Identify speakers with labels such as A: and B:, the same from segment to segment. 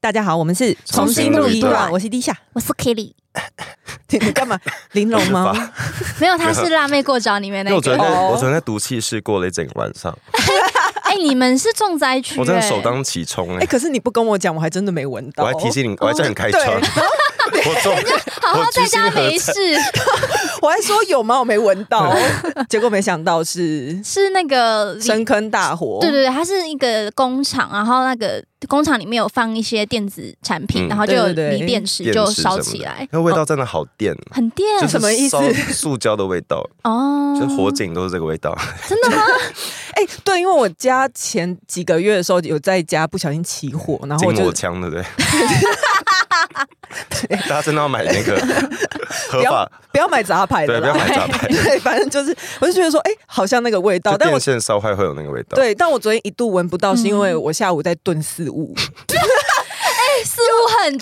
A: 大家好，我们是
B: 重新录一段
A: 我是地下，
B: 我是 Kelly，
A: 你你 干嘛？玲珑吗？
B: 没有，她是辣妹过招里面
C: 因为
B: 那
C: 我昨天
B: 个。
C: 在、
A: 哦
C: 我昨天在毒气室过了一整个晚上，
B: 哎、你们是重灾区、
C: 我真的首
B: 哎
C: 当其冲哎、
A: 哎、可是你不跟我讲，我还真的没闻到。
C: 我还提，醒你，我还叫你开窗，
A: 对
C: 我做，
B: 好好
C: 我
B: 在
C: 居心
B: 家
C: 何
B: 没
C: 在
B: 事，
A: 我还说有吗？我没闻 到，结果没想到是
B: 是那个
A: 深坑大火。
B: 对对对，它是一个工厂，然后那个工厂里面有放一些电子产品，
C: 嗯
B: 然后就有
A: 对对对
B: 锂电池
C: 电
B: 就
C: 池什么
B: 烧
C: 的
B: 起来，
C: 那味道
B: 哦、
C: 真的好电，
B: 很电
C: 就是
A: 嗯什么意思
C: 烧塑胶的味道，
B: 哦，
C: 就是火警都是这个味道。
A: 嗯
B: 真的吗？
A: 哎、对，因为我家前几个月的时候有在家不小心起火，然后
C: 筋
A: 我
C: 膜
A: 就
C: 枪， 对不对？大家真的要买那个合
A: 不要
C: 法，
A: 不要买杂牌的
C: 对，不
A: 啦，
C: 要买杂 牌，
A: 对，反正就是，我就觉得说，哎、好像那个味道，
C: 就
A: 但我
C: 电嗯线烧坏会有那个味道。
A: 对，但我昨天一度闻不到，是因为我下午在炖四物，
B: 似乎很
C: 哦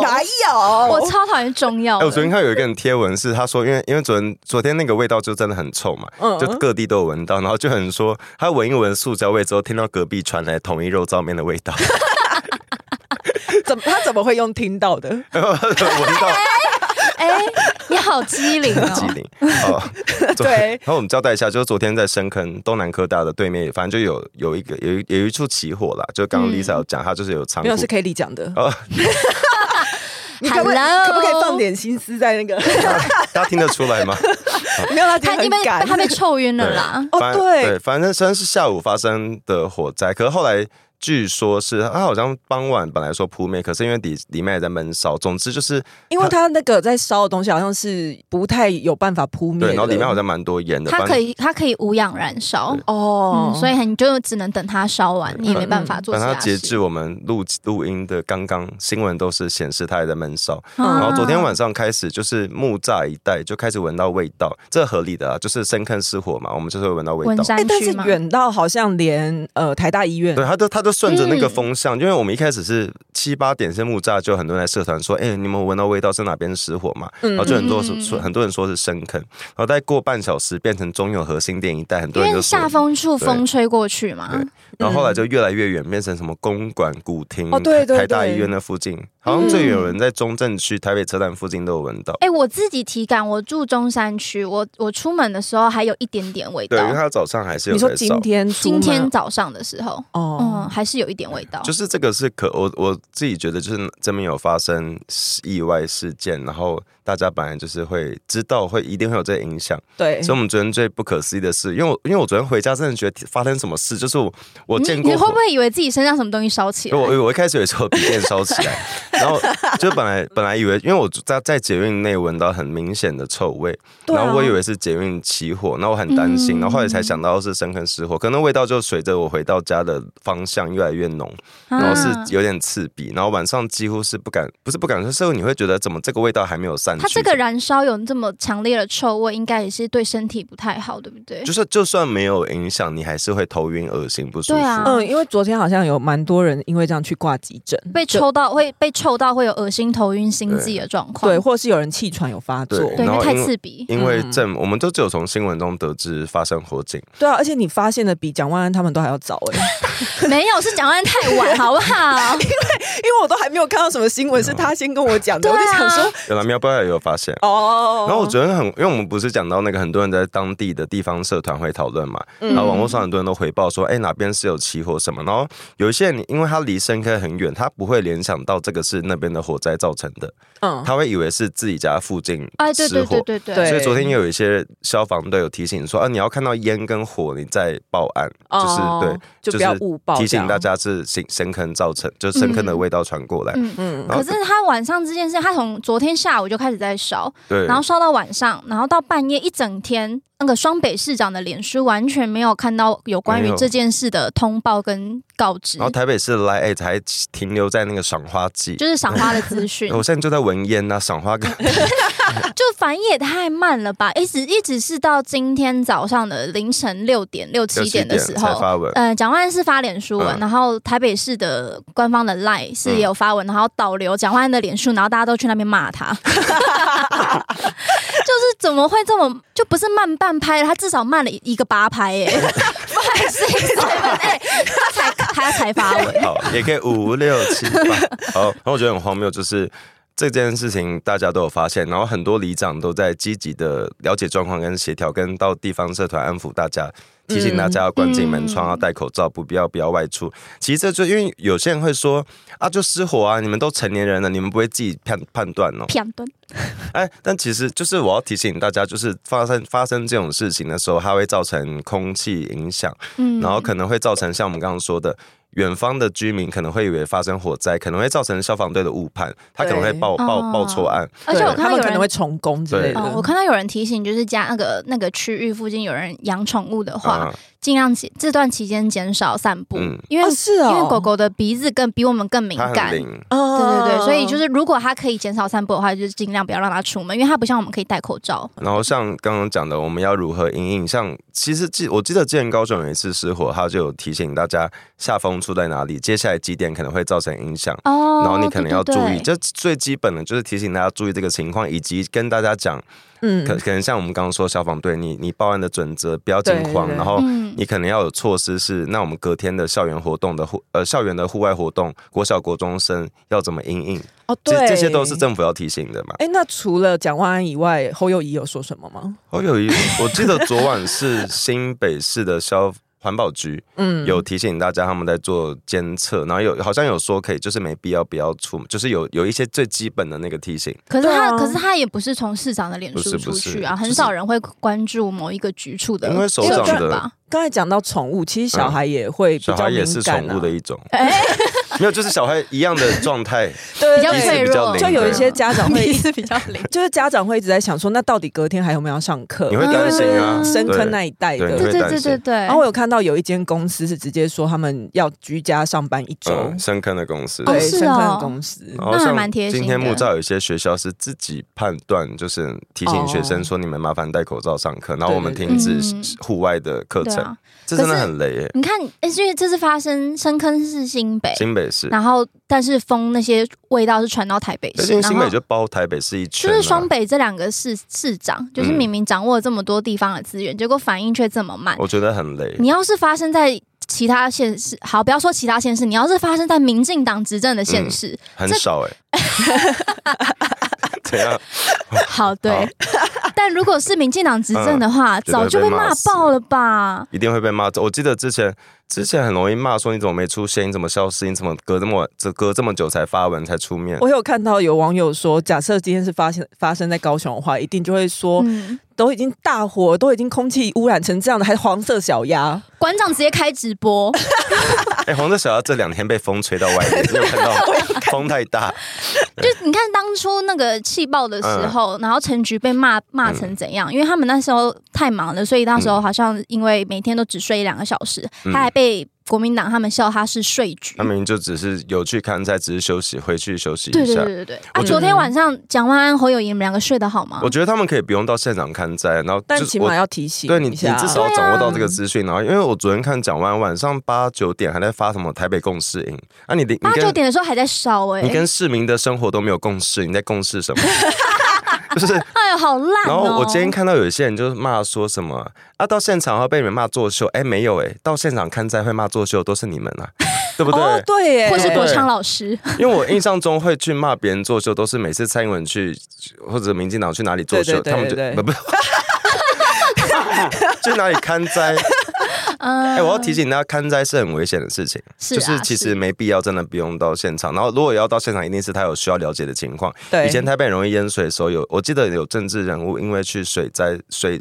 B: 臭，
A: 哪有？
B: 我超讨厌中药
C: 哎、
B: 的。
C: 我昨
A: 嗯
C: 天看有一个人贴文是，他说因为因为昨天昨天那个味道就真的很臭嘛，
A: 嗯
C: 就各地都有闻到，然后就很说他闻一闻塑胶味之后，听到隔壁传来统一肉燥面的味道，
A: 怎么他怎么会用听到的？
C: 然后他就闻到
B: 哎、你好机灵
C: 吉
B: 哦，
C: 林。哦，昨
A: 对
C: 然后我们交代一下，就是昨天在深坑东南科大的对面，反正就有有一个有一有一处起火啦，就刚刚
B: 嗯
C: Lisa 有讲，他就是有仓
A: 没
C: 库
A: 有，是 Kelly 讲的。
C: 哦
A: 你可不可以
B: Hello
A: 可不可以放点心思在那 个？
C: 大家听得出来吗？
A: 没有，他今
B: 他
A: 天
B: 因
A: 很
B: 为
A: 赶，
B: 他被臭晕了啦。
A: 哦
C: 反
A: 对
C: 反正虽然是下午发生的火灾，可是后来据说是他好像傍晚本来说扑灭，可是因为里里面也在闷烧，总之就是
A: 因为他那个在烧的东西好像是不太有办法扑灭的，
C: 对，然后里面好像蛮多烟的，
B: 它
C: 反
B: 可
C: 正
B: 以，它可以无氧燃烧，
A: 哦
B: 嗯，，所以你就只能等它烧完，你也没办法做
C: 反
B: 其
C: 正嗯它
B: 他
C: 截
B: 事。
C: 至我们录录音的刚刚，新闻都是显示它还在闷烧。
B: 啊
C: 然后昨天晚上开始，就是木栅一带就开始闻到味道，这合理的啊，就是深坑失火嘛，我们就是会闻到味
B: 文
C: 道。
B: 山
A: 哎，但
B: 区
A: 是
B: 嘛，
A: 远到好像连呃台大医院
C: 对，他都他都顺着那个
B: 嗯
C: 风向，因为我们一开始是七八点是木栅，就很多人在社团说，哎、你们闻到味道是哪边失火嘛？
A: 嗯
C: 然后就很多
B: 嗯嗯
C: 说
B: 嗯
C: 说很多人说是深坑，然后再过半小时变成中永核心店一带，很
B: 因
C: 多人
B: 为
C: 就说
B: 下，风处风吹过去嘛
C: 对，然后后来就越来越远，变成什么公馆、古亭、
A: 嗯哦对对
C: 台大
A: 对嗯
C: 医院那附近，好像最有人在中正区、台北车站附近都有闻到。
B: 哎、我自己体感，我住中山区，我我出门的时候还有一点点味
C: 对，因为
B: 道。
C: 他早上还是有
A: 你说
C: 在烧
A: 今。天出
B: 今
A: 吗
B: 天早上的时候，嗯，
A: 哦，
B: 还是有一点味道。
C: 就是这个是可我我自己觉得就是这边有发生意外事件，然后大家本来就是会知道会一定会有这个影响，
A: 对
C: 所以，我们昨天最不可思议的是，因为我因为我昨天回家，真的觉得发生什么事，就是我我见
B: 你
C: 过
B: 你会
C: 火
B: 不会以为自己身上什么东西烧起来？
C: 我我一开始也说笔电烧起来， 然后就本来本来以为，因为我在在捷运内闻到很明显的臭味，
A: 对啊
C: 然后我以为是捷运起火，那我很担心，
B: 嗯
C: 然后后来才想到是深坑失火，可能味道就随着我回到家的方向越来越浓，
B: 啊
C: 然后是有点刺鼻，然后晚上几乎是不敢，不是不敢，就是你会觉得怎么这个味道还没有散去，
B: 它这个燃烧有这么强烈的臭味，应该也是对身体不太好，对不对？
C: 就是就算没有影响，你还是会头晕、恶心、不舒服。
B: 对啊
A: 嗯，因为昨天好像有蛮多人因为这样去挂急诊，
B: 被
A: 就
B: 抽到会被臭到会有恶心、头晕、心悸的状况。
A: 对，或是有人气喘有发作，
C: 对然
B: 对，因
C: 后
B: 为太
C: 因为
B: 刺鼻。
C: 因为
A: 嗯
C: 正我们都只有从新闻中得知发生火警，
A: 对啊，而且你发现的比蒋万安他们都还要早哎、
B: 没有，是讲完太晚，好不 好？
A: 因为我都还没有看到什么新闻是他先跟我讲的，
B: 对
A: 我
B: 啊
A: 就想说
C: 原来喵爸也有发现。
A: 哦，
C: 然后我昨天很，因为我们不是讲到那个很多人在当地的地方社团会讨论嘛，
A: 嗯
C: 然后网络上很多人都回报说，哎，哪边是有起火什么，然后有一些人因为他离深坑很远，他不会联想到这个是那边的火灾造成的，
A: 嗯
C: 他会以为是自己家附近
B: 哎，对
C: 失
B: 对
C: 火
B: 对。对哦对，
A: 对
C: 所以昨天也有一些消防
B: 哦
C: 队有提醒说，啊，你要看到烟跟火，你再报案，就是对。
A: 哦就不要误报，
C: 提醒能大家是深深坑造成，就是深坑的味道传过来。
B: 嗯。
A: 嗯，
C: 然后
B: 可是他晚上这件事，他从昨天下午就开始在烧，
C: 对，
B: 然后烧到晚上，然后到半夜一整天，那个双北市长的脸书完全没有看到有关
C: 没
B: 于
C: 有
B: 这件事的通报跟告知
C: 然，后台北市来哎才停留在那个赏花季。
B: 就是赏花的 资讯，
C: 我现在就在闻烟呐，赏 花跟
B: 就反应也太慢了吧！一直一直是到今天早上的凌晨六点六七点的时
C: 才
B: 候，
C: 发文，
B: 呃，蒋万安是发脸书文，
C: 嗯
B: 然后台北市的官方的 Line 是也有发文，然后导流蒋万安的脸书，然后大家都去那边骂他， 就是怎么会这么就不是慢半拍了，他至少慢了一个八 拍耶、欸，拍是哎，他才他才发文，
C: 好，也可以五六七八。好，然后我觉得很荒谬，就是这件事情大家都有发现，然后很多里长都在积极的了解状况跟协调，跟到地方社团安抚大家。提醒大家要关紧门窗，
B: 嗯
C: 要戴口罩，不必要不要外出。其实这就因为有些人会说啊，就失火啊，你们都成年人了，你们不会自己判判断哦。
B: 片段
C: 哎，但其实就是我要提醒大家，就是发生发生这种事情的时候，它会造成空气影响。
B: 嗯
C: 然后可能会造成像我们刚刚说的，远方的居民可能会以为发生火灾，可能会造成消防队的误判，他可能会
A: 对
C: 报报
B: 哦
C: 报错案，
B: 而且我
A: 对他
B: 看到
A: 们
B: 有
A: 可能
B: 人
A: 会嗯重工之类的，
B: 哦，我看到有人提醒，就是家那个那个区域附近有人养宠物的话，尽量减这段期间减少散步，
C: 嗯
B: 因为、
A: 哦是哦
B: 因为狗狗的鼻子更比我们更敏
C: 他
B: 感
C: 很。灵，
B: 对
A: 嗯
B: 对对，所以就是如果它可以减少散步的话，就是尽量不要让它出门，因为它不像我们可以戴口罩。
C: 然后像刚刚讲的，我们要如何隐隐？像其实记我记得之前高中有一次失火，他就有提醒大家下风处在哪里，接下来几点可能会造成影响。
B: 哦，
C: 然后你可能要注意，
B: 对对对
C: 这最基本的就是提醒大家注意这个情况，以及跟大家讲，可
A: 嗯，
C: 可能像我们刚刚说消防队，你你报案的准则不要惊慌，
A: 对对
C: 然后
B: 嗯
C: 你可能要有措施是，那我们隔天的校园活动的户呃校园的户外活动，国小国中生要怎么应应？
A: 哦
C: 这
A: 对，
C: 这些都是。嗯政府要提醒的嘛。
A: 哎，那除了蒋万安以外，侯友谊有说什么吗？
C: 哦，有一我记得昨晚是新北市的消环保局
A: 嗯，
C: 有提醒大家他们在做监测，然后有好像有说可以就是没必要不要出门，就是有有一些最基本的那个提醒。
B: 可是它、
A: 对啊
B: 可是它也不是从市长的脸
C: 不
B: 书
C: 是不
B: 出
C: 是
B: 去啊，很
C: 就是
B: 少人会关注某一个局处的
C: 因为首
B: 社
A: 长
B: 群
C: 的
B: 吧。
A: 刚才讲到宠物，其实小孩也会比
C: 嗯小
A: 较
C: 孩
A: 敏
C: 也是
A: 感
C: 宠
A: 啊
C: 物的一种，没有，就是小孩一样的状态。
A: 对
B: 比较
A: 对对
B: 脆
C: 比较
B: 弱，
C: 灵啊
A: 就有一些家长会
B: 你是比较灵。
A: 就是家长会一直在想说，那到底隔天还有没有要上课？
C: 你会担心啊
A: 因为是嗯深
C: 对
A: 坑那一带
C: 对
A: 的
C: 你。 会
B: 嗯对对
C: 担
B: 对
C: 心
B: 对对。
A: 然后我有看到有一间公司是直接说他们要居家上班一周，
C: 嗯，深坑的公司。
A: 对，
B: 哦是
A: 深坑的
B: 哦
A: 公司。
C: 然后
B: 那还
C: 像
B: 蛮贴心
C: 今天
B: 的
C: 木照有一些学校是自己判断，就是提醒学生说你们麻烦戴口罩上课，然后我们
A: 对
C: 停止
B: 嗯
C: 户外的课
B: 对
C: 程，
B: 啊，
C: 这真的
B: 可是
C: 很累耶。
B: 你看，诶因为这次发生深坑是新北，
C: 新北市，
B: 然后但是风那些味道是传到台北
C: 最
B: 市，
C: 近
B: 然
C: 新北
B: 后
C: 就包台北市一圈
B: 就
C: 啊，
B: 是双北这两个市市长，就是
C: 嗯
B: 明明掌握了这么多地方的资源，结果反应却这么慢。
C: 我觉得很累。
B: 啊你要是发生在其他县市，好，不要说其他县市，你要是发生在民进党执政的县市，
C: 很少哎、 怎样？嗯
B: 好对。但如果是民进党执政的话，
C: 嗯绝对
B: 早就
C: 被
B: 被
C: 骂
B: 骂
C: 死
B: 爆了吧？
C: 一定会被骂走。我记得之前之前很容易骂说你怎么没出现，你怎么消失，你怎么隔这么晚，这隔这么久才发文才出面。
A: 我有看到有网友说，假设今天是发现发生在高雄的话，一定就会说，
B: 嗯，
A: 都已经大火，都已经空气污染成这样的，还黄色小鸭，
B: 馆长直接开直播，
C: 哎、黄色小鸭这两天被风吹到外 面，你有看到吗风太大，
B: 就是你看当初那个气爆的时
C: 嗯
B: 候，然后陈菊被骂骂成怎样？因为他们那时候太忙了，所以那时候好像因为每天都只睡一两个小时，
C: 嗯
B: 他还被国民党他们笑他是睡菊
C: 他。明明就只是有去看赛，只是休息，回去休息一下。
B: 对对对对对。
C: 我觉
B: 啊，
A: 得
B: 昨天晚上蒋万安、侯友谊你们两个睡得好吗
C: 我？觉得他们可以不用到现场看赛，然后
A: 但
C: 就是
A: 起
C: 我
A: 码要提醒
C: 对你，
A: 一
C: 你
A: 下
C: 至少要掌握到这
B: 啊
C: 个资讯。然后，因为我昨天看蒋万安晚上八九点还在发什么台北共识营，啊你，的你
B: 八九
C: 跟
B: 点的时候还在烧哎、
C: 你跟市民的生活都没有共识，你在共识什 么？就是，
B: 哎呦好烂
C: 然
B: 哦、
C: 后我今天看到有一些人就是骂说什么啊，到现场会被你们骂作秀，哎，没有哎，到现场看赛会骂作秀都是你们啊，对不对？
A: 哦，对耶，
B: 或是
C: 对
B: 国昌 老师，
C: 因为我印象中会去骂别人作秀，都是每次蔡英文去或者民进党去哪里作
A: 对
C: 秀，
A: 对对对
C: 他们就不不去哪里看灾，
B: 嗯，
C: 哎、我要提醒大家，看灾是很危险的事情，
B: 是啊，
C: 就是其实没必要，真的不用到现场。然后如果要到现场，一定是他有需要了解的情况。
A: 对，
C: 以前台北很容易淹水的时候有，我记得有政治人物因为去水灾、水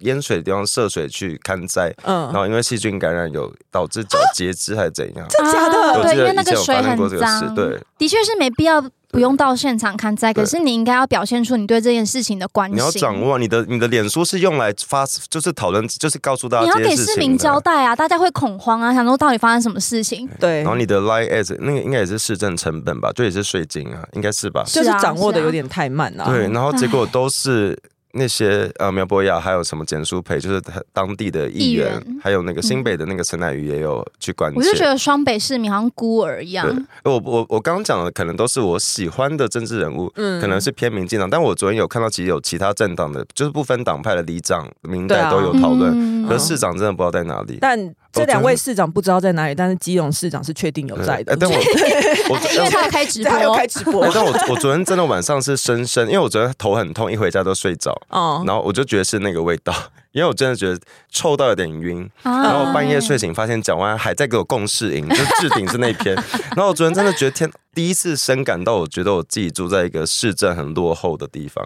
C: 淹水的地方涉水去看灾，然
B: 啊
A: 嗯，
C: 后因为细菌感染有导致脚截肢还是怎样。
A: 真 假的
C: 我
B: 哦对，
C: 记
B: 因
C: 得
B: 为
C: 以
B: 那
C: 前
B: 个
C: 有
B: 水
C: 发生过这
B: 很
C: 个事
B: 脏，，
C: 对，
B: 的确是没必要不用到现场看灾，
C: 对
B: 可是你应该要表现出你对这件事情的关心，
C: 你要掌握你的你的脸书是用来发，就是讨论，就是告诉大
B: 你
C: 家
B: 要
C: 这
B: 给
C: 件事情
B: 市民
C: 的
B: 交代啊，大家会恐慌啊，想说到底发生什么事情。
A: 对
C: 然，后你的 line as 那个应该也是市政成本吧，就也是税金啊，应该是吧？
A: 就是
B: 是啊
A: 掌握的
B: 是啊
A: 有点太慢了。
C: 对，然后结果都是那些呃苗博雅，还有什么简书培，就是他当地的议
B: 议
C: 员，
B: 员嗯
C: 还有那个新北的那个陈乃瑜也有去关切。
B: 我就觉得双北市民好像孤儿一样
C: 对，，我我我刚刚讲的可能都是我喜欢的政治人物，
A: 嗯
C: 可能是偏民进党，但我昨天有看到，其实有其他政党的，就是不分党派的里长、民
A: 对
C: 代
A: 啊
C: 都有讨论，
B: 嗯
C: 可是市长真的不知道在哪里。
A: 但这两
C: 哦
A: 位市长不知道在哪里，但是基隆市长是确定有在的。
C: 哎但我我
B: 因为他有开直播，
A: 他又开直播
C: 哎，但我我昨天真的晚上是深深，因为我昨天头很痛，一回家都睡着，
A: 哦，
C: 然后我就觉得是那个味道，因为我真的觉得臭到有点晕，
A: 嗯
B: 啊
C: 然后半夜睡醒发现蒋万安还在给我共事营，就置顶是那一篇，然后我昨天真的觉得天，第一次深感到我觉得我自己住在一个市政很落后的地方，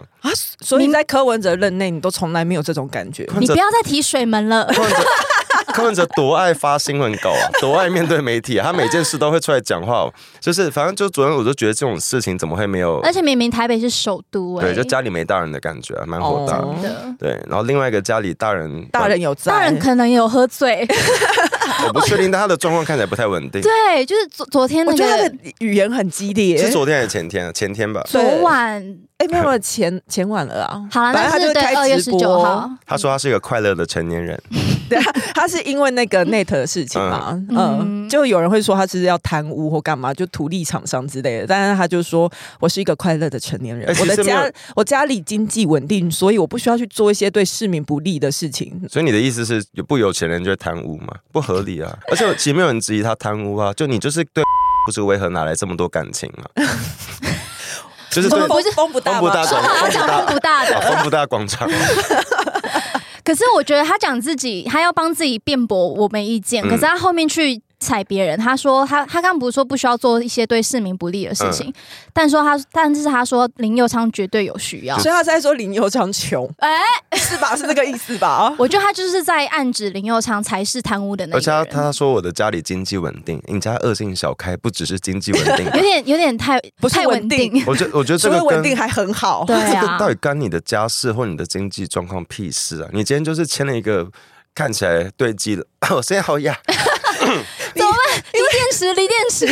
A: 所以在柯文哲任内，你都从来没有这种感 觉。
B: 你不要再提水门了，
C: 柯文哲，柯文哲多爱发新闻稿啊，多爱面对媒体、啊，他每件事都会出来讲话、哦，就是反正就昨天我就觉得这种事情怎么会没有，
A: 哎
B: 而且明明台北是首都，哎，
C: 对，就家里没大人的感觉、啊，蛮火大的。
A: 哦
B: 的
C: 对，然后另外一个家里大人，
A: 大人有在，
B: 大人可能有喝醉，
C: 我不确定，但他的状况看起来不太稳定。
B: 对，就是昨昨天
A: 我
B: 那
A: 觉得他
B: 个
A: 的语言很激烈。
C: 是昨天还是前天啊？前天吧。
A: 对
B: 昨晚，
A: 哎，没有没有前前晚了啊。
B: 好了，
A: 反正
B: 那
A: 他就是
B: 对
A: 开
B: 二月
A: 直
B: 十
A: 播
B: 九号，
C: 他说他是一个快乐的成年人，
A: 对，他他是因为那个 net 的事情嘛，嗯，
B: 嗯
A: 就有人会说他是要贪污或干嘛，就图利厂商之类的，但是他就说我是一个快乐的成年人，
C: 哎其
A: 我
C: 实
A: 的
C: 没
A: 家
C: 有
A: 我家里经济稳定，所以我不需要去做一些对市民不利的事情。
C: 所以你的意思是有不有钱人就会贪污吗？不合理啊！而且其实没有人质疑他贪污啊，就你就是对 不知为何哪来这么多感情 啊？就是对
A: 风
C: 风
B: 是
A: 风不大
C: 不
A: 吗
C: 大广
B: 他
C: 风
B: 讲
C: 不
B: 风
C: 大
B: 不大
C: 啊
B: 的，
C: 风不大广场，
B: 可是我觉得他讲自己，他要帮自己辩驳，我没意见。
C: 嗯
B: 可是他后面去踩别人，他说他他刚不是说不需要做一些对市民不利
C: 嗯
B: 的事情，但说他但是他说林佑昌绝对有需要。
A: 所以他是在说林佑昌穷，
B: 哎、
A: 是吧？是这个意思吧？
B: 我觉得他就是在暗指林佑昌才是贪污的那
C: 而且
B: 个
C: 他
B: 人，
C: 他说我的家里经济稳定，你家恶性小开不只是经济稳定，
B: 有点有点太
A: 不是
B: 太
A: 稳
B: 稳
A: 定
B: 定。
C: 我觉得我 觉得
A: 除
C: 这个
A: 了稳
C: 跟
A: 定还很好，
B: 对
C: 哦这个
B: 啊
C: 到，底干你的家事或你的经济状况屁事啊？你今天就是签了一个看起来对机的，我现在好 哑，
B: 锂电池，锂电池，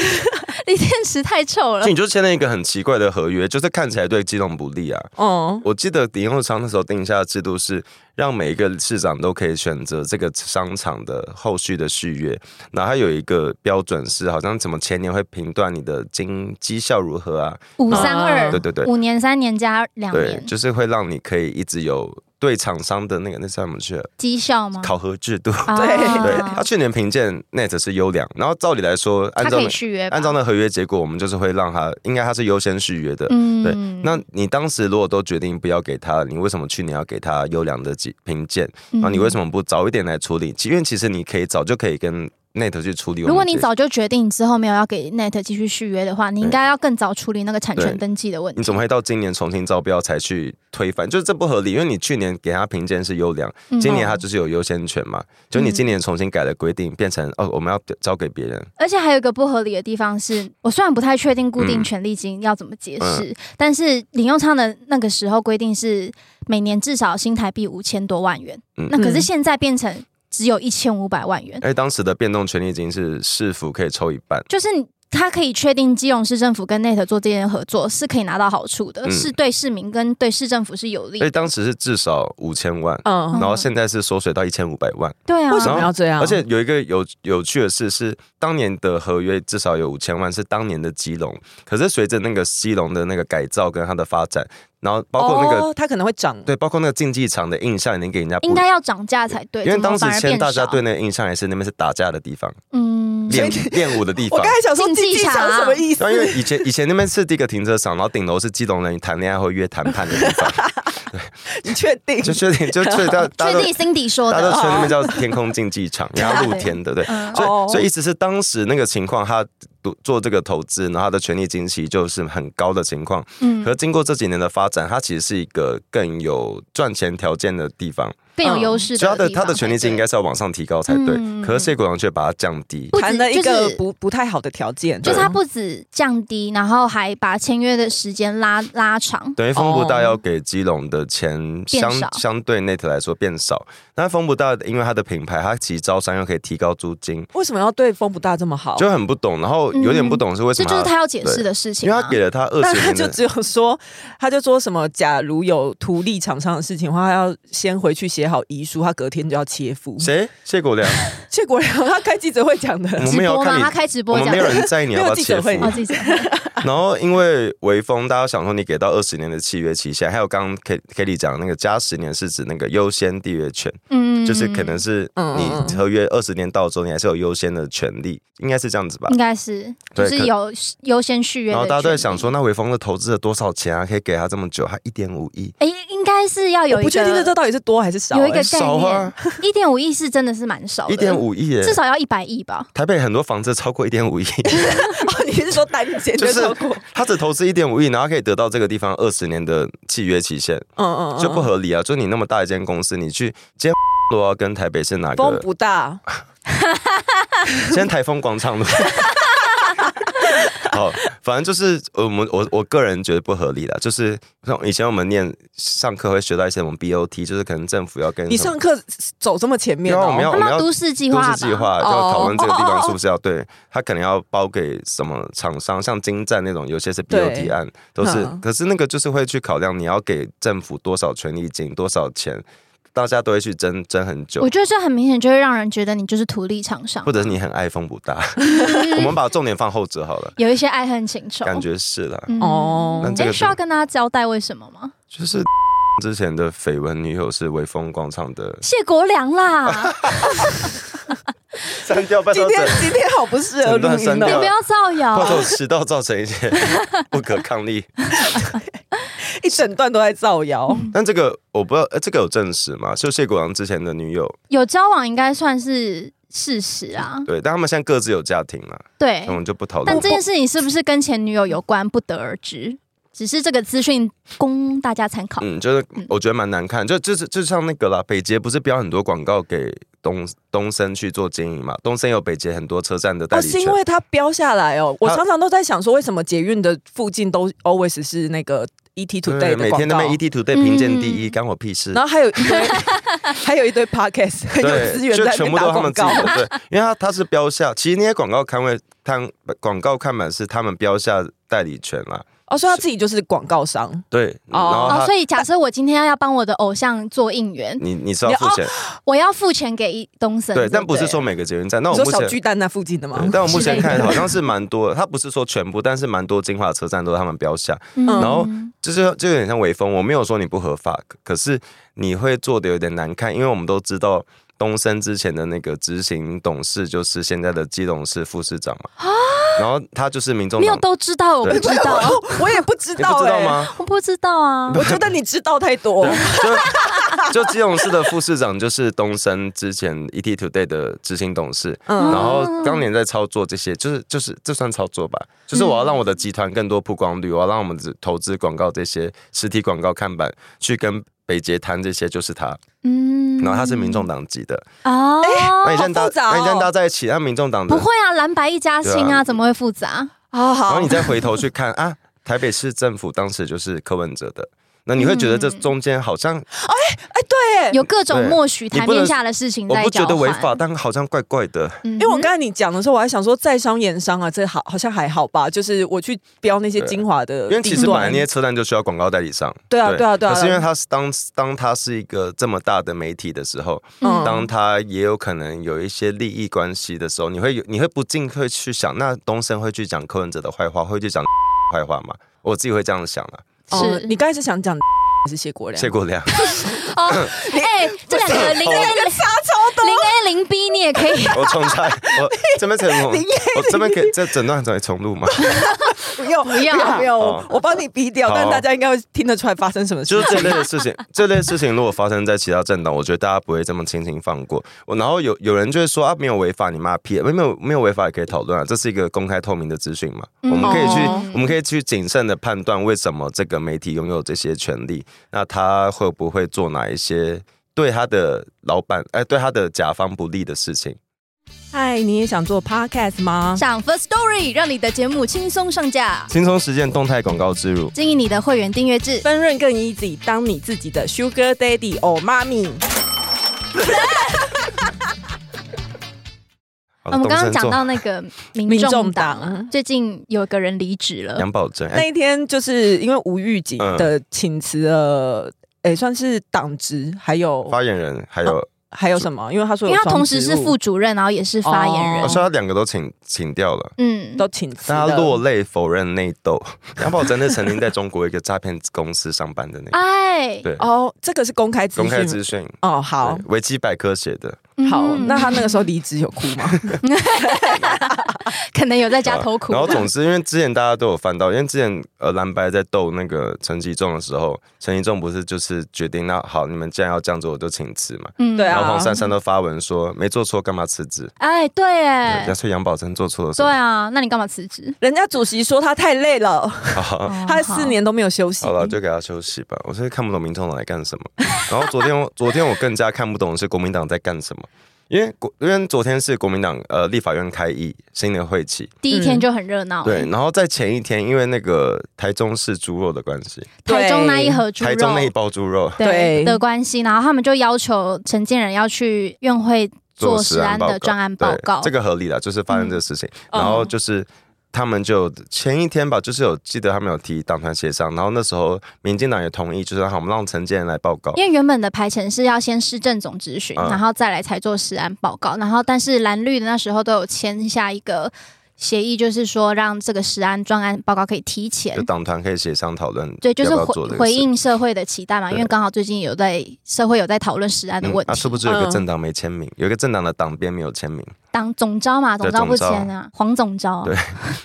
B: 锂电池太臭了
C: 就。你就签了一个很奇怪的合约，就是看起来对基隆不利啊。
A: 嗯，
C: 我记得林佑昌那时候定下的制度是，让每一个市长都可以选择这个商场的后续的续约，然后它有一个标准是，好像怎么前年会评断你的经绩效如何啊？
B: 五三
A: 啊
B: 二
C: 对，对对
B: 五哦年三年加两
C: 对
B: 年，
C: 就是会让你可以一直有对厂商的那个那叫什么去了
B: 绩效吗？
C: 考核制度。
B: 啊
A: 对
C: 对，他去年评鉴 Net 是优良，然后照理来说，按
B: 他
C: 照
B: 可以
C: 那
B: 续约吧，
C: 按照那合约结果，我们就是会让他，应该他是优先续约的。
B: 嗯
C: 对那你当时如果都决定不要给他，你为什么去年要给他优良的几评鉴？
B: 嗯
C: 然后你为什么不早一点来处理？其因为其实你可以早就可以跟 Net 去处理我们这。
B: 如果你早就决定之后没有要给 Net 继续续约的话，你应该要更早处理那个产权登记的问
C: 你
B: 题。
C: 怎么会到今年重新招标才去推翻？就是这不合理，因为你去年给他评鉴是优良，
B: 嗯
C: 今年他就是有优先权嘛。就你今年重新改了规定，变成哦，我们要交给别人。
B: 而且还有一个不合理的地方是，我虽然不太确定固
C: 嗯
B: 定权利金要怎么解释，但是林用昌的那个时候规定是每年至少新台币五千多万元，
C: 嗯
B: 那可是现在变成只有一千五百万元，
C: 而且当时的变动权利金是市府可以抽一半。
B: 就是你他可以确定基隆市政府跟 Net 做这件合作是可以拿到好处的，
C: 嗯
B: 是对市民跟对市政府是有利
C: 所以
B: 的。
C: 当时是至少五千
B: 哦
C: 万，
A: 嗯
C: 然后现在是缩水到一千五百万。
B: 对啊，
A: 为什么要这样？
C: 而且有一个有有趣的事是，当年的合约至少有五千万是当年的基隆，可是随着那个基隆的那个改造跟它的发展，然后包括那个、
A: 哦它可能会涨，
C: 对，包括那个竞技场的印象已经给人家不
B: 应该要涨价才对？
C: 因为
B: 怎么
C: 当时
B: 反而
C: 签
B: 变
C: 大家
B: 少
C: 对那个印象也是那边是打架的地方，
B: 嗯，
C: 练练舞的 地
A: 我
C: 方啊
A: 刚。才想说竞技场什么意思
C: 然？后因为以前以前那边是第一个停车场，然后顶楼是基隆人谈恋爱会约谈判的地方，
A: 你确定？
C: 就确定就确定大大家
B: 确
C: 都
B: 定 Cindy 说
C: 大家都
B: 的，哦嗯
C: 说那边叫天空竞技场，然 后露天的，对，所
A: 哦
C: 以所以意思是当时那个情况，他赌做这个投资，然后他的权利金其实就是很高的情况。
B: 嗯
C: 可，经过这几年的发展，它其实是一个更有赚钱条件的地方，
B: 更有优势
C: 嗯所以它
B: 的
C: 的
B: 地
C: 它
B: 方
C: 的权利金应该是要往上提高才对。
B: 嗯
C: 可是谢国良却把它降低，
B: 不
A: 谈了
B: 止
A: 一
B: 就
A: 个
B: 是。
A: 不不太好的条件，
B: 就是他不止降低，然后还把签约的时间拉拉长。
C: 等于丰不大
A: 哦
C: 要给基隆的钱
B: 变
C: 相
B: 少
C: 相对 Net 来说变少，但丰不大因为它的品牌，它其实招商又可以提高租金，
A: 为什么要对风不大这么好？
C: 就很不懂，然后有点不懂是为什
B: 这
C: 么
B: 嗯就
C: 它、
B: 是他要解释的事情、
C: 因
B: 啊。
C: 为他给了他二
A: 那
C: 十
A: 他
C: 年
A: 就
C: 的，
A: 只有说，他就说什么，假如有图利场上的事情的话，他要先回去写好遗书，他隔天就要切腹。
C: 谁？谢国良，
A: 结果然后他开记者会讲的，
C: 我
B: 直
C: 们有
B: 播
C: 看
B: 吗？
C: 你
B: 他开直
C: 我
B: 播
C: 们
B: 讲
C: 没有人在意你要不要
A: 没有记者
C: 切腹
A: 会。
B: 哦，记者会
C: 然后因为微风，大家想说你给到二十年的契约期限，还有刚刚 K K 里讲的那个加十年是指那个优先缔约权，
B: 嗯，
C: 就是可能是
A: 嗯嗯
C: 你合约二十年到之后，你还是有优先的权利，应该是这样子吧
B: 应。该是就
C: 对
B: 是
C: 可
B: 有优先续约。
C: 然后大家都在想说，，那微风的投资了多少钱啊？可以给他这么久，他一点五亿，
B: 哎，应该是要有
A: 我
B: 一
A: 不确定这
B: 个
A: 到底是多还是少、
B: 有一个
A: 欸
B: 概
C: 少
B: 念
C: 啊，
B: 一点五亿是真的是蛮少的，
C: 一点五亿耶！
B: 至少要一百亿吧。
C: 台北很多房子超过一点五亿，
A: 哦，你是说单间
C: 就
A: 就是超过？
C: 他只投资一点五亿，然后可以得到这个地方二十年的契约期限。
A: 嗯嗯嗯，
C: 就不合理啊！就你那么大一间公司，你去 今天路要跟台北是哪
A: 风
C: 个？
A: 不大，
C: 今天台风广场路。 好，反正就是呃我们我我个人觉得不合理的，就是像以前我们念上课会学到一些我们 BOT，就是可能政府要跟
A: 你
C: 什么
A: 上课走这么前面、
C: 因为
A: 哦，
C: 我们要
B: 他
C: 我们
B: 们
C: 要
B: 要都市计
C: 都
B: 划吧，
C: 市计划，就
A: 吧
C: 讨论这个地
A: 哦哦哦
C: 方
A: 哦
C: 是不是要对他可能要包给什么厂商，像金站那种，有些是
A: 对
C: BOT 案，都是
A: 嗯，
C: 可是那个就是会去考量你要给政府多少权利金、多少钱，大家都会去争争很久
B: 我。觉得这很明显就会让人觉得你就是图利厂商
C: 或，者是你很爱风不大，我们把重点放后者好了，
B: 有一些爱恨情仇。
C: 感觉是啦，
B: 嗯
A: 哦
C: 那这
B: 哎，
C: 个
B: 需要跟大家交代为什么吗？
C: 就是之前的绯闻女友是微风广场的
B: 谢国 良啦，
C: 删掉，拜
A: 今
C: 托
A: 天
C: 整
A: 今天好不适合
C: 整
A: 录
C: 段删
A: 音
C: 掉
B: 你
A: 哦
B: 不。要造
C: 拜
B: 谣。
C: 托迟到造成一些不可抗力。
A: 一整段都在造谣。
C: 但这个我不知道，呃这个有证实吗？就谢国良之前的女友，
B: 有交往应该算是事实啊，
C: 对，但他们现在各自有家庭了，
B: 对
C: 所以我。们就不讨
B: 但
C: 论
B: 这。件事情是不是跟前女友有关，不得而知。只是这个资讯供大家参考。
C: 嗯，就是我觉得蛮难看，就就是就像那个啦，北捷不是标很多广告给东东升去做经营嘛？东升有北捷很多车站的代
A: 哦，
C: 理
A: 是
C: 权
A: 因，为它标下来哦。我
C: 它
A: 常常都在想说，为什么捷运的附近都 always 是那个 ET
C: 对
A: Today 的
C: 每
A: 广
C: 天那
A: 告嗯
C: 边，ET E Today 评鉴第一，干我屁事。
A: 然后还有一 堆，还有一堆 podcast 很有
C: 对，
A: 资源
C: 就
A: 在那
C: 全
A: 边
C: 部都
A: 打
C: 是他
A: 广
C: 们自
A: 告
C: 己。的，对，因为他他是标下，其实那些广告看位摊广告看板是他们标下代理权啦，
A: 哦，所以他自己就是广告商。
C: 对，
A: 哦
C: 然后
B: 哦，
C: 他、
B: 所以假设我今天要帮我的偶像做应援，
C: 你你是要付
A: 哦
C: 钱，
B: 我要付钱给一东森。
C: 嗯对，但
B: 对
C: 不是
B: 对
C: 说每个捷运站，那
A: 你
C: 我
A: 说
C: 目
A: 小
C: 前
A: 巨蛋那附近的吗
C: 对，？但我目前
B: 之类的
C: 看好像是蛮多的，它不是说全部，但是蛮多精华车站都是他们标下，
B: 嗯
A: 然
C: 后就是就有点像微风。我没有说你不合法，可可是你会做的有点难看，因为我们都知道东升之前的那个执行董事就是现在的基隆市副市长嘛，然后他就是民众
B: 没有
C: 党，
B: 都知道，我不
C: 对
B: 知道，
A: 我我也不知
C: 你不
A: 道
C: 知道
A: 哎，
C: 吗？
B: 我不知道啊。
A: 我觉得你知道太多。
C: 就就基隆市的副市长就是东升之前 ET Today 的执行董事，
A: 嗯
C: 然后当年在操作这些，就是就是这算操作吧，就是
A: 嗯
C: 我要让我的集团更多曝光率，我要让我们的投资广告这些实体广告看板去跟北捷谈这些，就是他，
B: 嗯
C: 然后他是民众哎党籍的，
B: 哦，
C: 那你
A: 好
C: 现在
A: 复杂
C: 搭，
A: 哦
C: 那你现在搭在一起，那民众党的
B: 不，会啊，蓝白一家亲
C: 对
B: 啊，
C: 啊
B: 怎么会复杂？
A: 好
C: 然后
A: 好
C: 你，再回头去看啊，台北市政府当时就是柯文哲的。那你会觉得
A: 嗯
C: 这中间好像
A: 哎，对哎，
B: 有各种
C: 对
B: 默许
C: 不
B: 台面
C: 能
B: 下的事情
C: 我
B: 在
C: 不觉
B: 交
C: 得违
B: 换嗯
C: 法，。但好像怪怪的。
B: 因
A: 因为我刚才你讲的时候，我还想说在商言商啊，这好好像还好吧，就是我去标那些精华的地
C: 因
A: 段，
C: 为其实本来那些车站就需要广告代理商，
A: 呃对啊对啊对啊，
C: 可是因为它是当当它是一个这么大的媒体的时候，
A: 嗯
C: 当它也有可能有一些利益关系的时候，你会有你会不禁会去想，那东升会去讲柯文哲的坏话，会去讲 坏话吗？我自己会这样想啊。
A: 哦
B: 是嗯
A: 你刚才是想讲 还是谢国良？
C: 谢国良，
B: 哦，哎，这两个零 A 零 A 零 B 你也也可以
C: 我重拆，我这边重录，我这边可以这整段可以重录吗？
A: 不用不
B: 要
A: 不用，
C: 哦
A: 我帮你逼掉，
C: 好
A: 但大家应该会听得出来发生什么
C: 就
A: 事
C: 是。这类的事情，这类事情如果发生在其他政党，我觉得大家不会这么轻轻放过。我然后有有人就会说啊，没有违法，你妈屁，啊没有没有违法也可以讨论啊，这是一个公开透明的资讯嘛，
B: 嗯
C: 我们可以去
B: 哦
C: 我们可以去谨慎的判断为什么这个媒体拥有这些权利，那他会不会做哪一些对他的老板哎对他的甲方不利的事情？
A: 嗨，你也想做 podcast 吗？
B: 上 First Story，让你的节目轻松上架，
C: 轻松实践动态广告植入。
B: 经营你的会员订阅制。
A: 分润更 easy，当你自己的 sugar daddy or mommy。
C: 我
B: 哦啊我们刚刚讲到那个民
A: 民
B: 众
A: 众
B: 党啊
A: 党，
B: 最近有个人离职了，
C: 杨宝珍，哎
A: 那一天就是因为吴玉景
C: 嗯
A: 的请辞了，诶、算是党职，还有
C: 发言人还
B: 哦
C: 有，
A: 还有什么？因为他说
B: 因
A: 有
B: 为他
A: 双
B: 同时
A: 职
B: 是
A: 务
B: 副主任，然后也是发言人
C: 我。说他两个都请请掉了。
B: 嗯，
A: 都请辞
C: 但
A: 了
C: 他落泪否认内斗。杨宝珍是曾经在中国一个诈骗公司上班的那个，
B: 哎，
C: 对，
A: 哦，这个是公开资讯
C: 公
A: 吗，
C: 开资讯，
A: 哦，好
C: 对。维基百科写的。
A: 好，
B: 嗯
A: 那他那个时候离职有哭 吗？
B: 可能有在家偷哭
C: 然。后总之，因为之前大家都有翻到，因 为之前呃蓝白在斗那个陈其重的时候，陈其重不是就是决定那好，你们既然要这样做，我就请辞嘛。
B: 嗯
A: 对啊
C: 然后黄珊珊都发文说没做错，干嘛辞职？
B: 哎，对，哎
C: 对，所以杨宝珍做错了什
B: 对
C: 么？
B: 啊，那你干嘛辞职？
A: 人家主席说他太累了，
C: 好
B: 哦
A: 他四，年都没有休息。
C: 好了，就给他休息吧。我是看不懂民众党在干什么。 然后昨天我，昨天我更加看不懂是国民党在干什么，因为国因为昨天是国民党呃立法院开议新的会期
B: 好，第一天
A: 嗯
B: 就很热闹。
C: 对，，然后在前一天因为那个台中市猪肉的关系，
B: 台中那一盒猪
C: 台中那一
B: 肉嗯
C: 包猪肉
A: 对
B: 的关系，然后他们就要求陈建仁要去院会做实安的专案报告。
C: 对这个合理的，就是发生这个事情，
A: 嗯
C: 然后就是。他们就前一天吧，就是有记得他们有提党团协商，然后那时候民进党也同意，就是让我们让陈建仁来报告。
B: 因为原本的排程是要先市政总咨询，
C: 嗯
B: 然后再来才做实案报告，然后但是蓝绿的那时候都有签下一个协议，就是说让这个实案专案报告可以提前
C: 就，党团可以协商讨论，
B: 对，就是
C: 要不要
B: 回
C: 做这个
B: 回
C: 事
B: 应社会的期待
C: 对
B: 嘛，
C: 啊
B: 因为刚好最近有在社会有在讨论实案的问
C: 他
B: 题，
C: 是不是有一个
A: 嗯
C: 政党没签名？有一个政党的党鞭没有签名，
B: 当总招嘛，
C: 对
B: 总招不
C: 总招
B: 签啊，黄总招
C: 对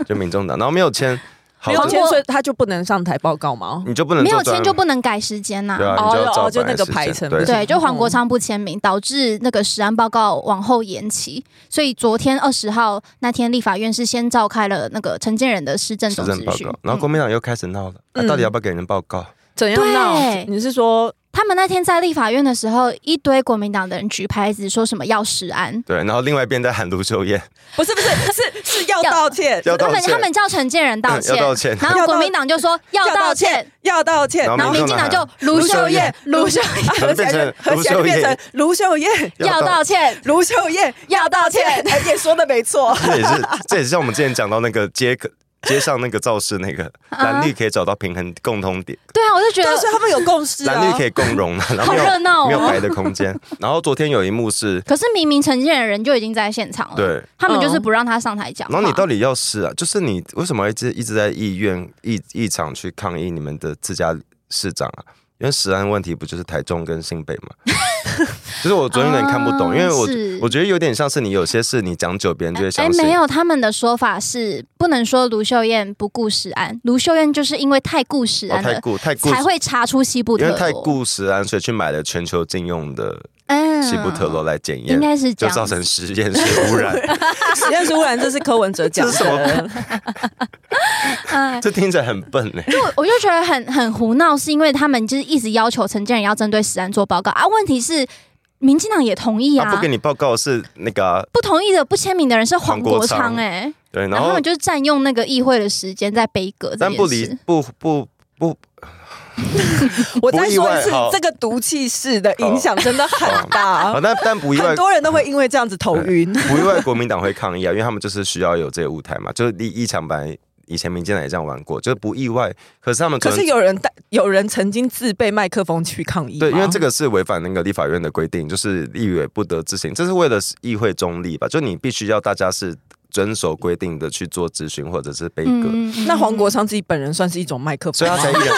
C: 就民众党，然后没有 签，好
A: 没有
C: 就
A: 签，所以他就不能上台报告吗？
C: 你就不能
B: 没
C: 做
B: 有签
C: 专
B: 就不能改时间呐、
C: 对啊，
A: 哦
C: 你就
A: 哦
C: 要照
A: 就那
C: 本来
A: 个
C: 时
A: 排
C: 间
A: 程不嗯
C: 对
A: 行
B: 对，就黄
C: 嗯
B: 国昌不签名，导致那个实案报告往后延期，所以昨天二十号那天，立法院是先召开了那个陈建仁的市政
C: 市
B: 总
C: 政
B: 咨
C: 报
B: 询
C: 告，，然后国
B: 嗯
C: 民党又开始闹了，啊
A: 嗯
C: 到底要不要给人报告？
A: 怎样闹
B: 对？
A: 你是说
B: 他们那天在立法院的时候，一堆国民党的人举牌子说什么要实案，
C: 对，然后另外一边在喊卢秀燕
A: 不是不是是是要
B: 要
A: 道歉，
C: 要
B: 他
C: 道
B: 们
C: 歉嗯
B: 他，们叫陈建仁道歉，
C: 要道歉
B: 然后国民党就说要
A: 要
B: 道
A: 道
B: 歉
A: 歉，，要道歉，
C: 然。
B: 然后民进党就卢秀燕，卢秀燕
A: 合起来就合 起来就变成卢秀燕。
B: 要道歉，
A: 卢秀燕
B: 要道歉，
A: 哎，也说的没错
C: 这也是这也是像我们之前讲到那个街街上那个造势那个
B: 啊
C: 蓝绿可以找到平衡共通点，
B: 对啊，我就觉
A: 对
B: 得
A: 啊，所以他们有共识
C: 蓝
A: 啊
C: 绿。可以共 融，然后
B: 哦好
C: 没有
B: 热闹哦
C: 没有白的空间。然后昨天有一幕 是，
B: 可是明明陈建仁人就已经在现场了，，
C: 对，
B: 他们就是不让他上台讲话。
C: 然后你到底要是啊，就是你为什么一直一直在议院议议场去抗议你们的自家市长啊？因为食安问题不就是台中跟新北 吗？就是我昨天有点看不懂，
B: 啊
C: 因为我
B: 是
C: 我觉得有点像是你有些事你讲久，别人就会
B: 哎
C: 相，信。
B: 没有，他们的说法是不能说卢秀燕不顾实安，卢秀燕就是因为太顾实
C: 哦
B: 安
C: 太
B: 了，
C: 顾太顾，
B: 才会查出西部
C: 因
B: 特
C: 为
B: 罗。
C: 太顾食安，所以去买了全球禁用的
B: 嗯
C: 西部特罗来检验
B: 应，该是
C: 就
B: 这样
C: 造
B: 子。
C: 成实验室 污染。
A: 实验室污染，这是柯文哲讲
C: 这是什
A: 的。
B: 嗯，
C: 这听起来很笨哎、
B: 就我我就觉得很很胡闹，是因为他们就是一直要求陈建仁要针对实安做报告啊，问题是民进党也同意
C: 他
B: 啊，
C: 不给你报告是那个啊、
B: 不同意的不签名的人是黄
C: 黄国
B: 国昌
C: 昌
B: 哎、
C: 对，然
B: 然后他
C: 后
B: 们就是占用那个议会的时间在悲歌这
C: 但不
B: 件
C: 离
B: 事。
C: 不不不
A: 我再说一
C: 不
A: 次
C: 意外好，
A: 这个毒气室的影响真的很
C: 啊，
A: 大，
C: 但但不意外哎
A: 很，多人都会因为这样子头晕。
C: 不意外国民党会抗议啊，因为他们就是需要有这个舞台嘛，就是一一场白。以前民进党也这样玩过，就是不意外。可是他们
A: 可
C: 昨
A: 是
C: 天
A: 有人带，有人曾经自备麦克风去抗议吗，
C: 对，因为这个是违反那个立法院的规定，就是立委不得自行，这是为了议会中立吧？就你必须要大家是遵守规定的去做咨询或者是背歌，
B: 嗯
A: 那黄国昌自己本人算是一种麦克
C: 所
A: 风
C: 以
A: 吗，
C: 他才一人，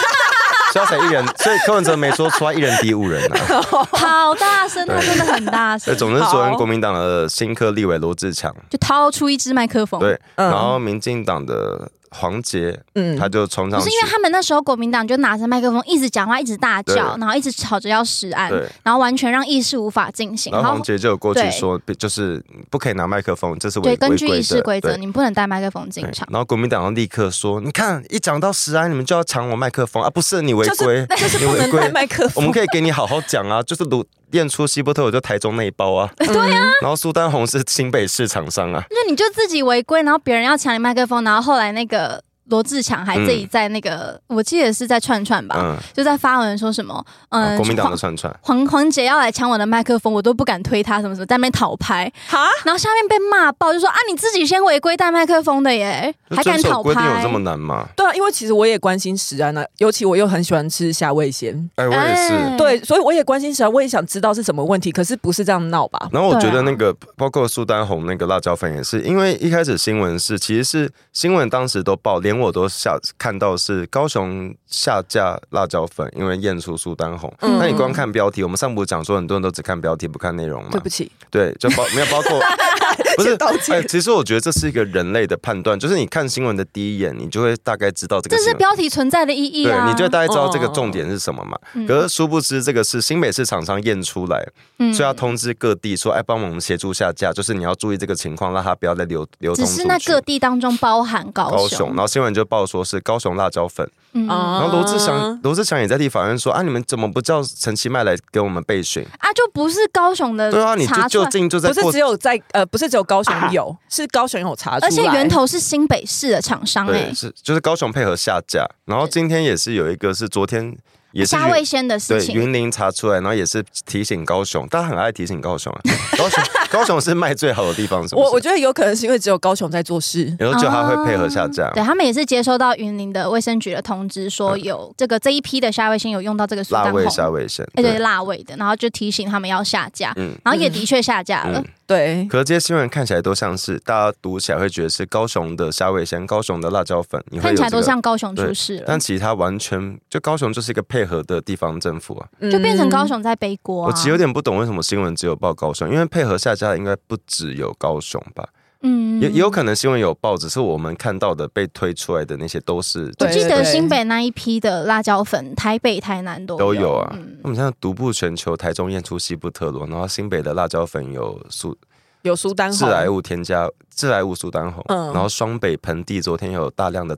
C: 所以他才一人，所以柯文哲没说出来一人敌五人啊。
B: 好大声，他真的很大
C: 所
B: 声
C: 以，总之，昨天国民党的新科立委罗志强，
B: 就掏出一支麦克风。
C: 对，
A: 嗯
C: 然后民进党的黄杰，
A: 嗯
C: 他就冲上
B: 不
C: 去
B: 是因，为他们那时候国民党就拿着麦克风一直讲话，一直大叫，
C: 对
B: 然后一直吵着要实案
C: 对，
B: 然后完全让议事无法进行。
C: 然后黄杰就有过去
B: 对
C: 说，就是不可以拿麦克风，这是违
B: 对，根据
C: 违
B: 议事规
C: 对
B: 则，你们不能带麦克风进
C: 对
B: 场。
C: 然后国民党立刻说：“你看，一讲到食安，你们就要抢我麦克风啊！不是你违规，你
A: 不能
C: 违
A: 带
C: 规，
A: 麦克
C: 我
A: 风，
C: 们可以给你好好讲啊！就是卢验出希波特，我就台中那一包啊。
B: 嗯
A: 对呀，
C: 然后苏丹红是新北市厂商 啊，
B: 那你就自己违规，然后别人要抢你麦克风，然后后来那个罗志强还自己在那个，我记得是在串串吧，
C: 嗯，
B: 就在发文说什么，嗯、
C: 啊国民党的
B: 黄
C: 串串，
B: 黄黄姐要来抢我的麦克风，我都不敢推她，什么什么，在那边讨拍，
A: 哈，
B: 然后下面被骂爆，就说啊你自己先违规带麦克风的耶，还敢
C: 遵
B: 讨
C: 守规定有
B: 拍
C: 这，么难吗？
A: 对啊，因为其实我也关心食安啊，尤其我又很喜欢吃虾味鲜，
C: 哎，我也是。
B: 哎
A: 对，所以我也关心食安，我也想知道是什么问题，可是不是这样闹吧？
C: 然后我觉
B: 对
C: 得
B: 啊
C: 那个、包括苏丹红那个辣椒粉也是，因为一开始新闻是其实是新闻当时都报，连我都下看到是高雄下架辣椒粉，因为验出苏丹红。
A: 嗯
C: 那你光看标题，我们上部讲说很多人都只看标题不看内容嘛
A: 对？不起，
C: 对，就包没有包 括 不是
A: 先道歉
C: 哎其实我觉得这是一个人类的判断，就是你看新闻的第一眼，你就会大概知道这个
B: 这
C: 新
B: 是
C: 闻。
B: 标题存在的意义
C: 对，
B: 啊，
C: 你就大概知道这个
A: 哦
C: 重点是什么嘛。
B: 嗯
C: 可是殊不知，这个是新北市厂商验出来，
B: 嗯
C: 所以要通知各地说，哎，帮我们协助下架，就是你要注意这个情况，让它不要再流流通
B: 只
C: 出去。
B: 是那各地当中包含高
C: 高
B: 雄，
C: 雄，然后新闻就报说是高雄辣椒粉，
B: 嗯
A: 啊
C: 然后罗志祥罗志祥也在地法院说啊，你们怎么不叫陈其迈来给我们备询？
B: 啊就不是高雄的
C: 对啊，你就
B: 呃查出
C: 就
B: 来
C: 近就在
A: 不是
C: 过啊
A: 只有在呃，不是只有高雄有，是高雄有查出来，
B: 而且源头是新北市的厂商哎、
C: 对，是就是高雄配合下架，然后今天也是有一个是昨天也是
B: 虾
C: 云
B: 味鲜的事
C: 对
B: 情，
C: 云林查出来，然后也是提醒高雄，大家很爱提醒高 雄啊，高雄高雄是卖最好的地方，是不
A: 我我
C: 是？
A: 觉得有可能是因为只有高雄在做事，
C: 然后就他会配合下架，
B: 哦对他们也是接收到云林的卫生局的通知，说
C: 嗯
B: 有这个这一批的虾味鲜有用到这个苏
C: 辣
B: 丹红
C: 味，虾味鲜，
B: 哎对，辣味的，然后就提醒他们要下架，
C: 嗯
B: 然后也的确下架了
C: 嗯。，
A: 对，
C: 可是这些新闻看起来都像是大家读起来会觉得是高雄的虾味鲜、高雄的辣椒粉，你会
B: 呃看
C: 有
B: 起来
C: 这
B: 都
C: 个。
B: 像高雄出事了
C: 但，其实它完全就高雄就是一个配合的地方政府啊，
A: 嗯
B: 就变成高。雄在背锅
C: 我
B: 啊
C: 其实有点不懂为什么新闻只有报高雄，因为配合下架应该不只有高雄吧？
B: 嗯
C: 也也有可能新闻有报，只是我们看到的被推出来的那些都是
B: 我
A: 对
B: 记得
A: 对对
B: 新北那一批的辣椒粉，台北、台南都
C: 都有啊。
B: 嗯
C: 那我们现在独步全球，台中验出西布特罗，然后新北的辣椒粉有苏
A: 有苏丹
C: 致
A: 红，
C: 癌物添加致癌物苏丹红，
A: 嗯
C: 然后双北盆地昨天有大量的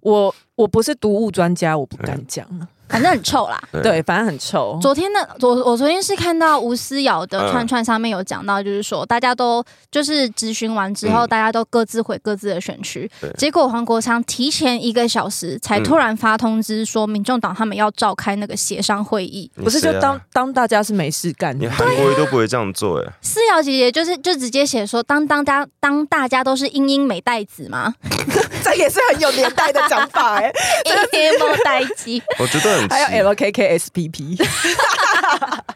A: 我我不是毒物专家，我不
C: 嗯
A: 敢讲。啊
B: 反正很臭啦。
A: 对，反正很臭。
B: 昨天的我，我昨天是看到吴思瑶的
C: 嗯
B: 串串上面有讲到，就是说大家都就是咨询完之后，
C: 嗯
B: 大家都各自回各自的选区
C: 对。嗯
B: 结果黄国昌提前一个小时才突然发通知说，民众党他们要召开那个协商会议。
C: 你
A: 不是
C: 谁
A: 就
C: 啊
A: 当当大家是没事干
C: 你，韩国瑜都不会这样 做哎、
B: 思瑶姐姐就是就直接写说，当当当当大家都是英英美代子 嘛，
A: 这也是很有年代的讲法哎、
B: 英英美代子，
C: 我觉得很
A: 还
C: 奇，
A: 有 LKKSPP，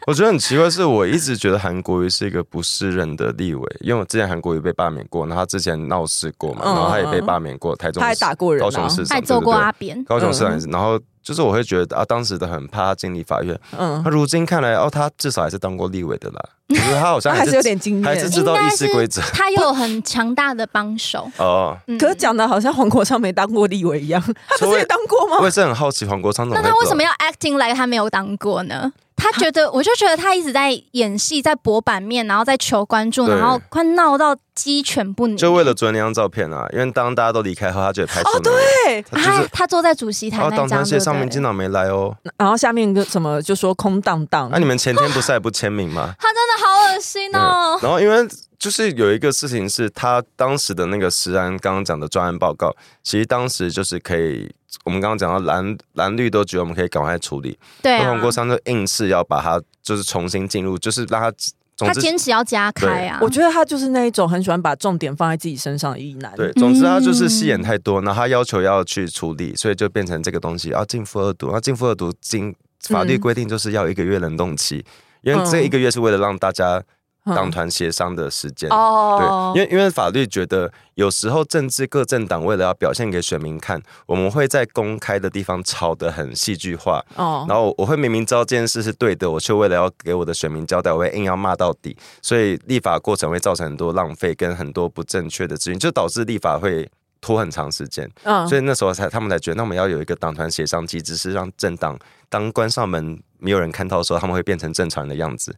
C: 我觉得很奇怪，是我一直觉得韩国瑜是一个不适任的立委，因为我之前韩国瑜被罢免过，然后他之前闹事过嘛，
A: 嗯
C: 然后他也被罢免过，台中
A: 他还
C: 市
A: 打过人、啊，嗯
C: 高雄市长，
B: 还做
C: 对
B: 过
C: 对对
B: 阿扁。
C: 高雄市长也是，然后就是我会觉得啊，当时的很怕他进立法院，
A: 嗯
C: 他，如今看来，哦，他至少还是当过立委的啦。我觉得他好
A: 他
C: 像
A: 还
C: 还
A: 是有
C: 是
A: 点经
C: 还是
A: 验。
C: 知道议事规则
B: 他有很强大的帮手，
C: 哦。
B: 嗯
A: 可是讲的好像黄国昌没当过立委一样，他不
C: 所
A: 是
C: 以
A: 也当过
C: 我
A: 吗？
C: 也是很好奇黄国昌怎
B: 那
C: 么
B: 他为什么
C: 要
B: 要 acting like 他没有当过呢？他觉得，我就觉得他一直在演戏，在博版面，然后在求关注，
C: 对
B: 然后快闹到鸡犬不宁。
C: 就为了准那张照片啊？因为当大家都离开后，他就得拍出
A: 哦，
C: 那个
A: 对。
C: 他就
B: 他
C: 是
B: 他坐在主席台
C: 哦，
B: 那
C: 党
B: 张，
C: 团
B: 对
C: 协
B: 不
C: 商民进
B: 对？嗯
C: 党没来哦。
A: 然后下面就什么就说空荡荡
C: 那、，啊你们前天不是还不签名 吗？
B: 他真的好恶心哦！
C: 然后因为就是有一个事情是他当时的那个石安刚刚讲的专案报告，其实当时就是可以，我们刚刚讲到蓝蓝绿都觉得我们可以赶快处理，
B: 对
C: 那
B: 啊
C: 黄，国昌就硬是要把它就是重新进入，就是让他总
B: 他
C: 之
B: 坚持要加开啊！
A: 我觉得他就是那一种很喜欢把重点放在自己身上的异男。
C: 对，总之他就是戏演太多，然后他要求要去处理，所以就变成这个东西要进负二毒，那进负二毒
B: 嗯
C: 经法律规定就是要有一个月冷冻期，因为这一个月是为了让大家党团协商的时间。
A: 嗯哦
C: 对，因为因为法律觉得，有时候政治各政党为了要表现给选民看，我们会在公开的地方吵得很戏剧化，
A: 哦
C: 然后我会明明知道这件事是对的，我却为了要给我的选民交代，我会硬要骂到底，所以立法过程会造成很多浪费跟很多不正确的资讯，就导致立法会拖很长时间。
A: 嗯
C: 所以那时候才他们才觉得，那我们要有一个党团协商机制，是让政党当关上门没有人看到的时候，他们会变成正常人的样子。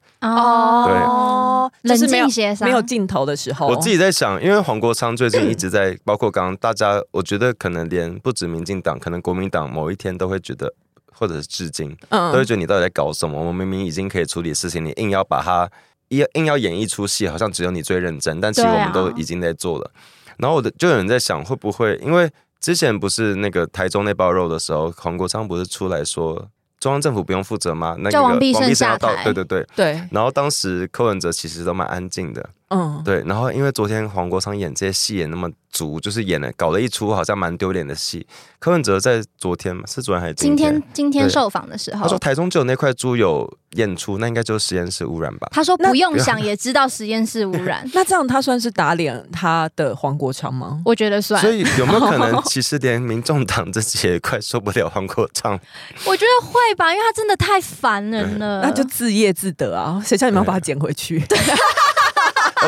B: 哦，
A: 就
B: 冷
A: 是没有
B: 静协商
A: 没有尽头的时
B: 哦
A: 候，
C: 我自己在想，因为黄国昌最近一直在，包括刚刚大家，呃我觉得可能连不止民进党，可能国民党某一天都会觉得，或者是至今都会
A: 嗯
C: 觉得你到底在搞什么？我们明明已经可以处理的事情，你硬要把它硬硬要演一出戏，好像只有你最认真，但其实
B: 对
C: 我
B: 啊
C: 们都已经在做了。然后我的就有人在想，会不会因为之前不是那个台中那包肉的时候，黄国昌不是出来说中央政府不用负责吗？那
B: 叫
C: 个
B: 王必胜
C: 要
B: 下
C: 到，
B: 台
C: 对对对。
A: 对，
C: 然后当时柯文哲其实都蛮安静的，
A: 嗯，
C: 对。然后因为昨天黄国昌演这些戏演那么足，就是演了搞了一出好像蛮丢脸的戏。柯文哲在昨天吗？是昨天还是
B: 今天今天
C: 对
B: 受访的时候
C: 他，说台中只有那块猪有验出，那应该就是实验室污染 吧？
B: 他说不用想也知道实验室污染
A: 那这样他算是打脸他的黄国昌吗？
B: 我觉得算。
C: 所以有没有可 能，其实连民众党自己也快受不了黄国昌？
B: 我觉得会吧，因为他真的太烦人了。
A: 那就自业自得啊，谁叫你们要把他捡回去？
C: 哎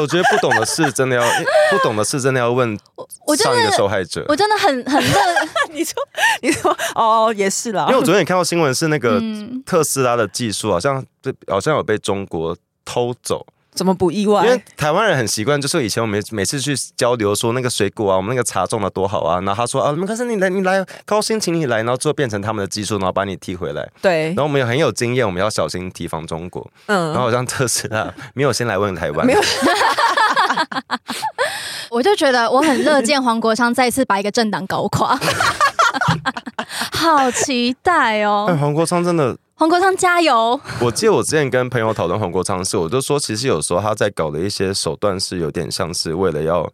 C: 我觉得不懂的事真的要，不懂的事真的要问
B: 我真
C: 上一个
B: 的
C: 受害者。
B: 我真的很很 乐，
A: 你说， 你说，哦，也是啦
C: 因为，我昨天也看到新闻，是那个
B: 嗯，
C: 特斯拉的技术好像被好像有被中国偷走，
A: 怎么不意
C: 因为
A: 外？
C: 台湾人很习惯，就是以前我们每次去交流说那个水果啊，我们那个茶种的多好啊，然后他说啊，没关系，你来你来，高兴请你来，然后最后变成他们的技术，然后把你踢回来。
A: 对
C: 然，后我们也很有经验，我们要小心提防中国。然后
A: 嗯，
C: 好像特斯拉没有先来问台湾，
A: 没有
B: 我就觉得我很乐见黄国昌再次把一个政党搞垮， 好期待
C: 但
A: 啊
B: 哦！
C: 哎黄国昌真的，
B: 黄国昌加油！
C: 我记得我之前跟朋友讨论黄国昌的事，我就说，其实有时候他在搞的一些手段是有点像是为了要，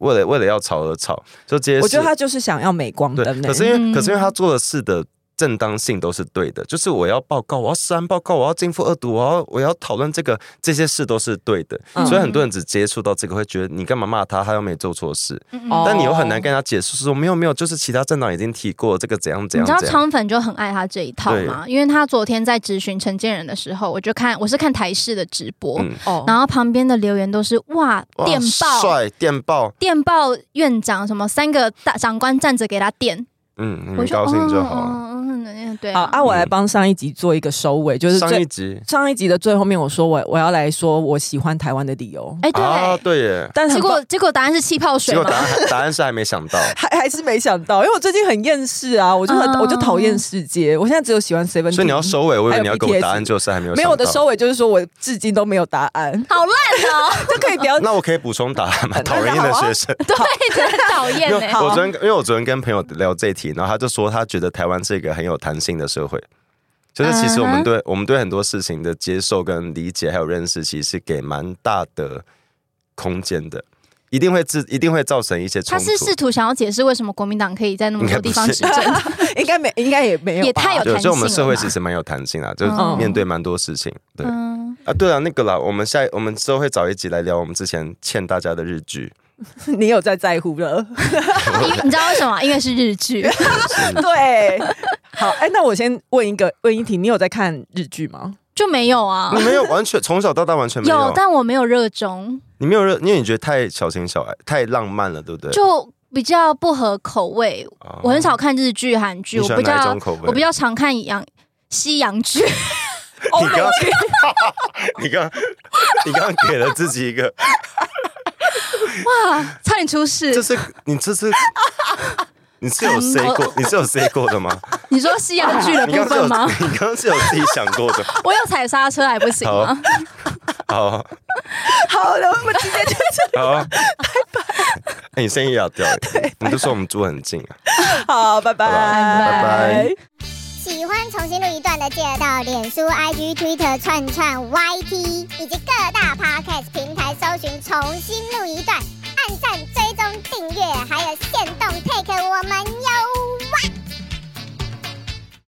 C: 为了为了要吵而吵，就这些事。
A: 我觉得他就是想要镁光
C: 对
A: 灯、，欸。
C: 可是因为、
B: 嗯
C: 可是因为他做的事的正当性都是对的，就是我要报告，我要实案报告，我要进复恶毒，我要我要讨论这个，这些事都是对的。
A: 嗯
C: 所以很多人只接触到这个，会觉得你干嘛骂他，他又没做错事。
B: 嗯
A: 哦
C: 但你又很难跟他解释说没有没有，就是其他政党已经提过这个怎样怎
B: 你
C: 样
B: 知道
C: 怎样。
B: 昌粉就很爱他这一套吗？因为他昨天在质询陈建仁的时候，我就看我是看台视的直播，
C: 嗯
A: 哦，
B: 然后旁边的留言都是哇
C: 哇
B: 电报。
C: 帅电报，
B: 电报院长什么三个大长官站着给他电，
C: 嗯，
B: 我
C: 你
B: 就
C: 高兴就好
B: 哦
C: 了。
B: 嗯嗯嗯对
A: 好
B: 啊，
A: 啊，我来帮上一集做一个收尾，就是
C: 上一
A: 最
C: 集
A: 上一集的最后面，我说我我要来说我喜欢台湾的理由，
B: 哎、对、
C: 啊，对耶，
A: 但很
B: 结
A: 抱
B: 果结果答案是气泡
C: 结
B: 水
C: 果
B: 嘛
C: 答？案还答案是还没想 到。
A: 还 还是没想到，因为我最近很厌世啊，我就很、
B: 嗯
A: 我就讨厌世界，我现在只有喜欢 Seven，
C: 所以你要收尾，我以为你要给
A: 还
C: 我
A: 有 BTS
C: 答案，就是还没有
A: 没
C: 想
A: 有
C: 到
A: 我的收尾就是说我至今都没有答案，
B: 好烂哦、
A: 就可以不 要
C: 那我可以补充答案
B: 啊
C: 吗？讨人厌的学生。
B: 对，真的讨厌
C: 因
B: 呢
C: 为。我昨天，因为我昨天跟朋友聊这一题，然后他就说他觉得台湾是一个很有弹性的社会，就是其实我
B: 嗯
C: 们
B: 哼
C: 对、我们对很多事情的接受、跟理解还有认识，其实是给蛮大的空间的，一定会自一定会造成一些冲
B: 他
C: 突。
B: 是试图想要解释为什么国民党可以在那么
C: 应该
B: 多
C: 不
B: 地方
C: 是
B: 执政，
A: 应该没应该也没有吧，
B: 也太有
C: 对，
B: 弹
C: 所以我们
B: 性
C: 社
B: 了
C: 会
B: 嘛
C: 其实蛮有弹性啊，就是
B: 嗯
C: 面对蛮多事情。对、
B: 嗯，
C: 啊，对啊，那个啦，我们下一我们之后会找一集来聊我们之前欠大家的日 剧。
A: 你有在在乎了，
B: 因为你知道为什么？因为是日 剧，
A: 对， 好，哎、那我先问一个问一题，你有在看日剧吗？
B: 就没有啊
C: 你。没有完全从小到大完全没
B: 有，但我没有热衷，
C: 你没有热，因为你觉得太小情小爱、太浪漫了，对不对？
B: 就比较不合口味。
C: 哦
B: 我很少看日剧、韩剧，
C: 你
B: 我
C: 喜
B: 比
C: 欢哪一种
B: 较
C: 口味？
B: 我比较常看洋西洋剧，
A: 欧
C: 你
A: 美
C: 刚刚， 你刚，你刚刚给了自己一个，
B: 哇，差点出事
C: 这。是你这是，你是有 say 过，你是有 say 过的吗？
B: 你说西洋剧 的
C: 你
B: 部
C: 刚刚是有，
B: 分吗？
C: 你刚刚是有自己想过的。
B: 我有踩刹车还不行
C: 好
B: 吗？，
C: 好，
A: 好了，我们直接就
C: 好，拜拜。哎，你声音也要掉了，你就说我们住很近啊。
A: 好，拜拜，
C: 拜拜。
D: 喜欢重新录一段的，记得到脸书、IG、Twitter、串串、YT 以及各大 Podcast 平台搜寻“重新录一段”，按赞、追踪、订阅，还有限动 take 我们哟！哇！